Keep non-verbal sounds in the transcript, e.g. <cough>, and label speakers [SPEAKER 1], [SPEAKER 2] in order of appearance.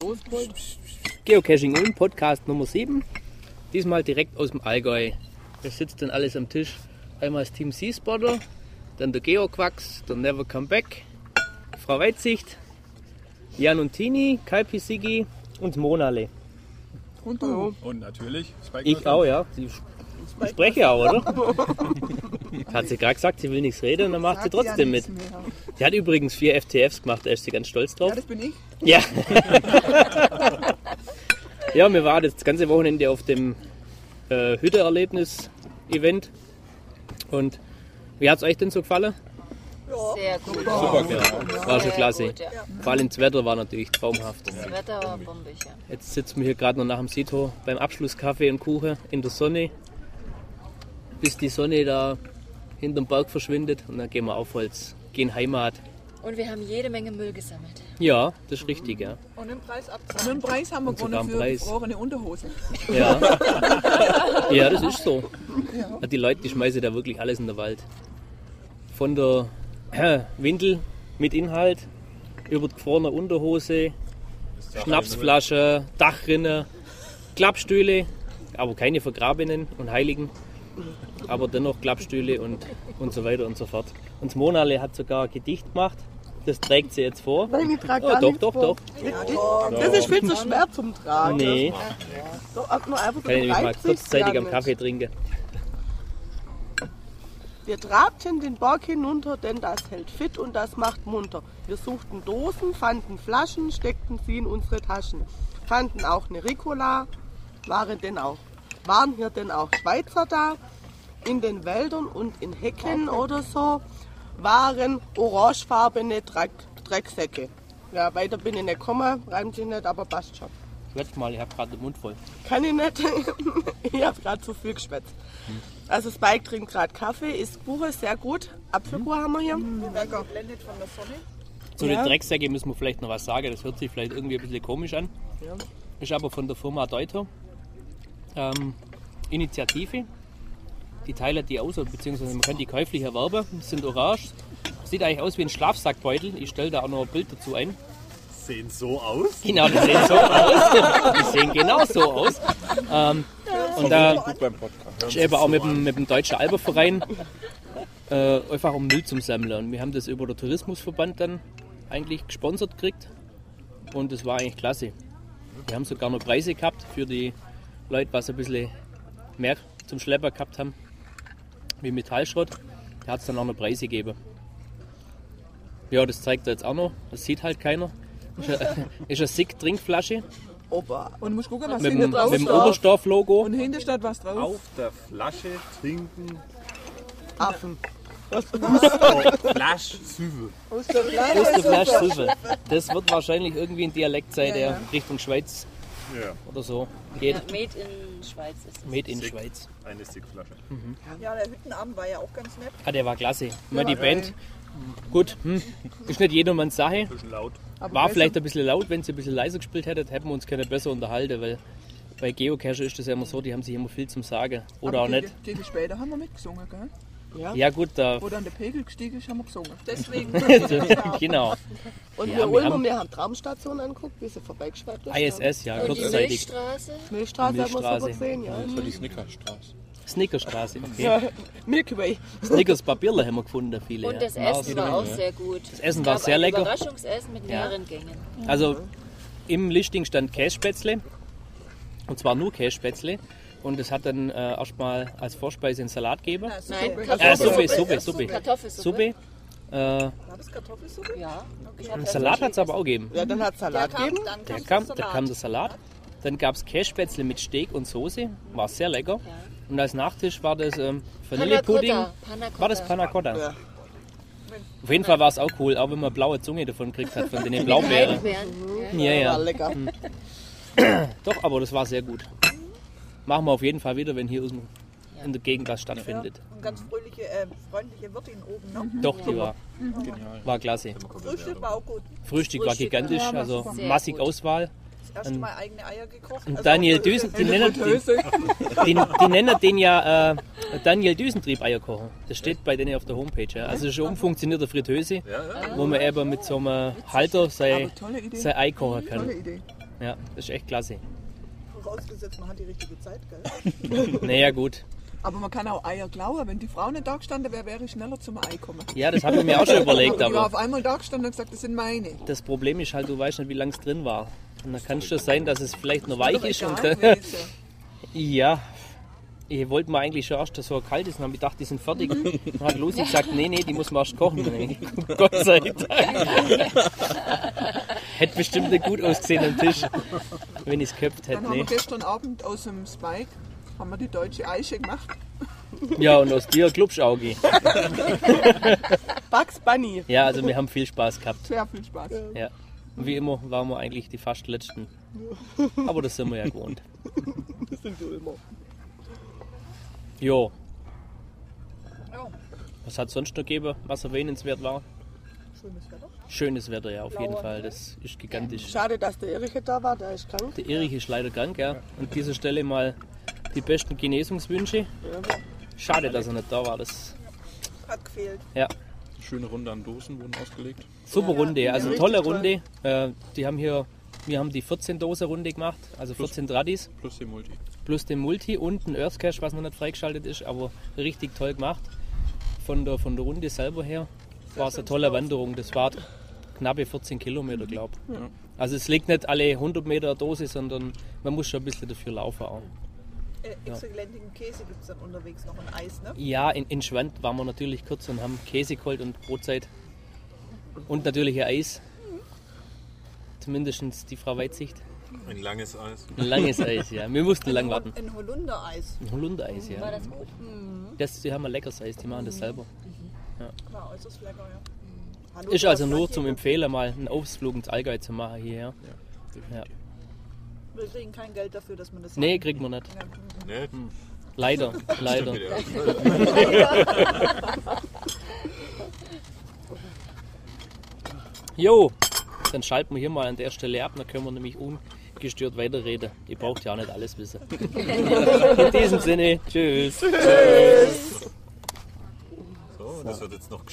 [SPEAKER 1] Großbold. Geocaching Ulm, Podcast Nummer 7. Diesmal direkt aus dem Allgäu. Da sitzt dann alles am Tisch. Einmal das Team Seaspotter, dann der Geoquax, der Never Come Back, Frau Weitsicht, Jan und Tini, Kai Pisigi und Monale.
[SPEAKER 2] Und du?
[SPEAKER 3] Und natürlich Spike
[SPEAKER 1] Ich
[SPEAKER 3] Griffin.
[SPEAKER 1] auch, ja. Ich spreche auch, oder? Hat sie gerade gesagt, sie will nichts reden und dann macht sie
[SPEAKER 2] Sagt ja
[SPEAKER 1] trotzdem mit.
[SPEAKER 2] nichts mehr.
[SPEAKER 1] Die hat übrigens vier FTFs gemacht, da ist sie ganz stolz drauf.
[SPEAKER 2] Ja, das bin ich.
[SPEAKER 1] Ja. ja, wir waren das ganze Wochenende auf dem äh, Hütte-Erlebnis-Event. Und wie hat es euch denn so gefallen?
[SPEAKER 4] Sehr gut.
[SPEAKER 3] Super, genau.
[SPEAKER 1] War schon
[SPEAKER 4] Sehr
[SPEAKER 1] klasse.
[SPEAKER 4] gut, ja.
[SPEAKER 1] Vor allem das Wetter war natürlich traumhaft.
[SPEAKER 4] Das Wetter war bombig. Ja.
[SPEAKER 1] Jetzt sitzen wir hier gerade noch nach dem Sito beim Abschluss Kaffee und Kuchen in der Sonne. Bis die Sonne da hinterm Berg verschwindet und dann gehen wir aufwärts, gehen Heimat.
[SPEAKER 4] Und wir haben jede Menge Müll gesammelt.
[SPEAKER 1] Ja, das ist richtig, ja.
[SPEAKER 5] Und den Preis abzahlen.
[SPEAKER 2] Und einen Also Preis haben wir
[SPEAKER 1] sogar
[SPEAKER 2] gewonnen
[SPEAKER 1] einen
[SPEAKER 2] für
[SPEAKER 1] Preis.
[SPEAKER 2] gefrorene Unterhosen.
[SPEAKER 1] Ja, ja das ist so. Ah, Die Leute, die schmeißen da wirklich alles in den Wald. Von der Windel mit Inhalt über die gefrorene Unterhose, Schnapsflasche, Dachrinne, Klappstühle, aber keine Vergrabenen und Heiligen, aber dennoch Klappstühle und, und so weiter und so fort. Und das Monale hat sogar ein Gedicht gemacht, das trägt sie jetzt vor.
[SPEAKER 5] Nein, ich trage
[SPEAKER 1] Oh,
[SPEAKER 5] gar
[SPEAKER 1] doch,
[SPEAKER 5] nichts
[SPEAKER 1] doch,
[SPEAKER 5] vor.
[SPEAKER 1] doch.
[SPEAKER 5] Das ist viel zu schwer zum Tragen.
[SPEAKER 1] Nee,
[SPEAKER 5] So, ob man
[SPEAKER 1] kann
[SPEAKER 5] einfach
[SPEAKER 1] ich nämlich mal
[SPEAKER 5] reibt sich's
[SPEAKER 1] kurzzeitig
[SPEAKER 5] Ah, gar
[SPEAKER 1] am
[SPEAKER 5] nicht.
[SPEAKER 1] Kaffee trinken.
[SPEAKER 5] Wir trabten den Berg hinunter, denn das hält fit und das macht munter. Wir suchten Dosen, fanden Flaschen, steckten sie in unsere Taschen. Fanden auch eine Ricola, waren denn auch, waren hier denn auch Schweizer da? In den Wäldern und in Hecken oder so waren orangefarbene Dreck, Drecksäcke. Ja, weiter bin ich nicht gekommen, reimt sich nicht, aber passt schon.
[SPEAKER 1] Schwätz mal, ich hab gerade den Mund voll.
[SPEAKER 5] Kann ich nicht. <laughs> ich habe gerade zu viel geschwätzt. Also Spike trinkt gerade Kaffee, isst Buche, sehr gut. Apfelkuchen haben wir hier.
[SPEAKER 2] Lecker. Geblendet von der Sonne.
[SPEAKER 1] Zu den Drecksäcken müssen wir vielleicht noch was sagen. Das hört sich vielleicht irgendwie ein bisschen komisch an. Ist aber von der Firma Deuter ähm, Initiative. Die Teile, die aus, beziehungsweise man kann die käuflich erwerben, sind orange. Sieht eigentlich aus wie ein Schlafsackbeutel. Ich stelle da auch noch ein Bild dazu ein.
[SPEAKER 6] Sehen so aus?
[SPEAKER 1] Genau, die sehen so aus. Die sehen genau so aus. Ähm, und da
[SPEAKER 3] Gut beim Podcast.
[SPEAKER 1] Ich eben auch mit dem, mit dem Deutschen Alberverein äh, einfach um Müll zum Sammeln. Und wir haben das über den Tourismusverband dann eigentlich gesponsert gekriegt. Und das war eigentlich klasse. Wir haben sogar noch Preise gehabt für die Leute, was ein bisschen mehr zum Schlepper gehabt haben, wie Metallschrott. Da hat es dann auch noch Preise gegeben. Ja, das zeigt er jetzt auch noch. Das sieht halt keiner. Ist eine, <laughs> ist eine Sick-Trinkflasche
[SPEAKER 5] Opa.
[SPEAKER 2] Und du musst gucken, was
[SPEAKER 1] mit,
[SPEAKER 2] hinter
[SPEAKER 1] dem-
[SPEAKER 2] drauf
[SPEAKER 1] mit dem
[SPEAKER 2] steht.
[SPEAKER 1] Oberstoff-Logo.
[SPEAKER 2] Und hinter steht was drauf.
[SPEAKER 3] Auf der Flasche trinken
[SPEAKER 5] Affen.
[SPEAKER 3] Flasch Süwe.
[SPEAKER 1] Kruste Flash Süffel. Das wird wahrscheinlich irgendwie ein Dialekt sein, der Richtung Schweiz
[SPEAKER 6] Ja,
[SPEAKER 1] oder so geht.
[SPEAKER 4] Ja, made in Schweiz ist es.
[SPEAKER 1] Made in
[SPEAKER 6] Sick.
[SPEAKER 1] Schweiz.
[SPEAKER 6] eine Stickflasche.
[SPEAKER 2] Ja, der Hüttenabend war ja auch ganz nett.
[SPEAKER 1] Ah, der war klasse. Mal die Band. Gut, hm. ist nicht jedermanns Sache.
[SPEAKER 6] Bisschen laut.
[SPEAKER 1] War vielleicht ein bisschen laut, wenn sie ein bisschen leiser gespielt hättet, hätten wir uns keine besser unterhalten, weil bei Geocacher ist das ja immer so, die haben sich immer viel zum Sagen. Oder
[SPEAKER 2] Aber
[SPEAKER 1] auch
[SPEAKER 2] gegen-
[SPEAKER 1] nicht.
[SPEAKER 2] Gegen später haben wir mitgesungen, gell?
[SPEAKER 1] Ja gut, da
[SPEAKER 2] Wo dann der Pegel gestiegen ist, haben wir gesungen.
[SPEAKER 5] Deswegen.
[SPEAKER 1] <laughs> genau.
[SPEAKER 5] Und
[SPEAKER 1] Ja,
[SPEAKER 5] wir
[SPEAKER 1] wir
[SPEAKER 5] Ulmer,
[SPEAKER 1] haben-
[SPEAKER 5] wir haben Tramstationen angeguckt, wie sie vorbeigeschwappt ist.
[SPEAKER 1] ISS, ja,
[SPEAKER 4] Und die
[SPEAKER 1] kurzzeitig.
[SPEAKER 4] Milchstraße?
[SPEAKER 5] Milchstraße,
[SPEAKER 1] Milchstraße.
[SPEAKER 5] haben
[SPEAKER 1] Mhm.
[SPEAKER 5] wir super gesehen, ja.
[SPEAKER 3] Das war die Snickerstraße.
[SPEAKER 1] Snickerstraße, okay.
[SPEAKER 5] ja. Milky Way.
[SPEAKER 1] Snickers Papierle haben wir gefunden, viele.
[SPEAKER 4] Und
[SPEAKER 1] ja. Genau.
[SPEAKER 4] das Essen war auch sehr gut. Das
[SPEAKER 1] Essen war sehr lecker.
[SPEAKER 4] Überraschungsessen mit
[SPEAKER 1] Ja.
[SPEAKER 4] mehreren Gängen.
[SPEAKER 1] Also im Listing stand Kässpätzle. Und zwar nur Kässpätzle. Und es hat dann äh, erstmal als Vorspeise einen Salat gegeben.
[SPEAKER 2] Also
[SPEAKER 4] Nein,
[SPEAKER 1] Äh, Suppe,
[SPEAKER 4] Kartoffelsuppe.
[SPEAKER 1] Suppe, Suppe.
[SPEAKER 4] Kartoffelsuppe.
[SPEAKER 1] Suppe. Äh,
[SPEAKER 2] Gab es Kartoffelsuppe?
[SPEAKER 4] Ja. Ich hab
[SPEAKER 1] einen
[SPEAKER 4] das
[SPEAKER 1] Salat
[SPEAKER 4] nicht
[SPEAKER 1] hat es aber auch gegeben.
[SPEAKER 5] Ja, dann hat es Salat gegeben.
[SPEAKER 2] Dann
[SPEAKER 1] Da
[SPEAKER 2] kam
[SPEAKER 1] kam, da kam der Salat. Dann gab es Kässpätzle mit Steak und Soße. War sehr lecker. Und als Nachtisch war das ähm, Vanillepudding.
[SPEAKER 4] Panna Cotta, Panna Cotta.
[SPEAKER 1] War das Panna Cotta?
[SPEAKER 5] Ja.
[SPEAKER 1] Auf jeden Fall war es auch cool, auch wenn man blaue Zunge davon gekriegt hat,
[SPEAKER 4] <laughs>
[SPEAKER 1] von den Blaubeeren.
[SPEAKER 4] Heidelbeeren. Ja.
[SPEAKER 1] Ja, ja.
[SPEAKER 5] War lecker.
[SPEAKER 1] Doch, aber das war sehr gut. Machen wir auf jeden Fall wieder, wenn hier irgendwo in der Gegend was stattfindet. Mhm.
[SPEAKER 2] Und ganz fröhliche, äh, freundliche Wirtin oben. Ne?
[SPEAKER 1] Doch, die war, war klasse.
[SPEAKER 2] Frühstück war auch gut.
[SPEAKER 1] Frühstück war
[SPEAKER 4] Frühstück
[SPEAKER 1] gigantisch,
[SPEAKER 4] war-
[SPEAKER 1] also
[SPEAKER 4] Sehr
[SPEAKER 1] massig
[SPEAKER 4] gut. Also
[SPEAKER 1] Auswahl.
[SPEAKER 2] Das erste Mal eigene Eier gekocht. Also
[SPEAKER 1] Und Daniel Düsen, die nennen, die, die, die nennen den ja äh, Daniel Düsentrieb Eierkocher. Das steht bei denen auf der Homepage. Ja. Also es ist eine umfunktionierte Fritteuse, wo man eben mit so einem Halter sein,
[SPEAKER 2] Aber tolle Idee.
[SPEAKER 1] sein Ei kochen kann.
[SPEAKER 2] Tolle Idee.
[SPEAKER 1] Ja, das ist echt klasse.
[SPEAKER 2] Vorausgesetzt, man hat die richtige Zeit, gell?
[SPEAKER 1] Naja, gut.
[SPEAKER 7] Aber man kann auch Eier klauen. Wenn die Frau nicht da gestanden wäre, wäre ich schneller zum Ei gekommen.
[SPEAKER 1] Ja, das habe ich mir auch schon überlegt,
[SPEAKER 7] Die war auf
[SPEAKER 1] aber
[SPEAKER 7] einmal da gestanden und gesagt, das sind meine.
[SPEAKER 1] das Problem ist halt, du weißt nicht, wie lange es drin war. Und dann kann es schon sein, dass es vielleicht noch weich ist. ne? Und,
[SPEAKER 7] Egal, welche.
[SPEAKER 1] ja, ich wollte mir eigentlich schon erst, dass so kalt ist und habe gedacht, die sind
[SPEAKER 7] <laughs>
[SPEAKER 1] fertig. Und hat Lucy gesagt, nee, nee, die muss man erst kochen. Nee, Gott sei Dank.
[SPEAKER 7] <laughs>
[SPEAKER 1] hätte bestimmt nicht gut ausgesehen am Tisch, wenn ich es geköpft hätte. ne?
[SPEAKER 7] Dann haben
[SPEAKER 1] Nee.
[SPEAKER 7] wir gestern Abend aus dem Spike haben wir die deutsche Eiche gemacht.
[SPEAKER 1] Ja, und aus dir Klubschaugi.
[SPEAKER 5] Bugs Bunny.
[SPEAKER 1] Ja, also wir haben viel Spaß gehabt.
[SPEAKER 7] Sehr viel Spaß.
[SPEAKER 1] Ja. Und wie immer waren wir eigentlich die fast letzten.
[SPEAKER 7] <laughs>
[SPEAKER 1] Aber das sind wir ja gewohnt.
[SPEAKER 5] Das sind wir immer.
[SPEAKER 1] Jo. Was hat sonst noch gegeben, was erwähnenswert war?
[SPEAKER 2] Schönes Wetter.
[SPEAKER 1] Schönes Wetter, ja, auf jeden Fall. Das ist gigantisch.
[SPEAKER 5] Schade, dass der Erich da war, der ist krank.
[SPEAKER 1] Der Erich ist leider krank, ja. An dieser Stelle mal die besten Genesungswünsche. Schade, dass er nicht da war. Das,
[SPEAKER 2] Hat gefehlt.
[SPEAKER 1] ja.
[SPEAKER 3] Schöne Runde an Dosen wurden ausgelegt.
[SPEAKER 1] Super Runde, also
[SPEAKER 5] richtig
[SPEAKER 1] tolle
[SPEAKER 5] toll.
[SPEAKER 1] Runde. Äh, die haben hier, wir haben die 14-Dose-Runde gemacht, also 14 Tradis.
[SPEAKER 3] Plus die Multi.
[SPEAKER 1] plus den Multi und ein Earth Cache, was noch nicht freigeschaltet ist, aber richtig toll gemacht. Von der, von der Runde selber her war es eine tolle Wanderung. Das war knappe 14 Kilometer, glaube ich. Also es liegt nicht alle 100 Meter eine Dose, sondern man muss schon ein bisschen dafür laufen. Auch.
[SPEAKER 2] Äh, exzellenten Käse gibt es dann unterwegs noch und Eis, ne?
[SPEAKER 1] Ja, in, in Schwand waren wir natürlich kurz und haben Käse geholt und Brotzeit. Und natürlich ein Eis. Zumindest die Frau Weitsicht.
[SPEAKER 6] Ein langes Eis.
[SPEAKER 1] Ein langes Eis, ja. Wir mussten lang warten.
[SPEAKER 2] Ein Holundereis.
[SPEAKER 1] Ein Holundereis,
[SPEAKER 4] War
[SPEAKER 1] ja.
[SPEAKER 4] das gut? Mhm.
[SPEAKER 1] Das, die haben ein leckeres Eis, die machen das selber.
[SPEAKER 2] War äußerst lecker, ja.
[SPEAKER 5] Mhm.
[SPEAKER 2] Hallo,
[SPEAKER 1] Ist
[SPEAKER 2] du
[SPEAKER 1] also
[SPEAKER 2] hast
[SPEAKER 1] nur
[SPEAKER 2] Blatt
[SPEAKER 1] zum
[SPEAKER 2] hier.
[SPEAKER 1] Empfehlen, mal einen Ausflug ins Allgäu zu machen hierher.
[SPEAKER 2] Wir kriegen kein Geld dafür, dass man das
[SPEAKER 1] Nee, kriegt man nicht.
[SPEAKER 6] Ne?
[SPEAKER 1] Leider, leider. Jo, dann schalten wir hier mal an der Stelle ab, dann können wir nämlich ungestört weiterreden. Ihr braucht ja auch nicht alles
[SPEAKER 4] <laughs>
[SPEAKER 1] wissen. In diesem Sinne, tschüss.
[SPEAKER 6] So, das wird jetzt noch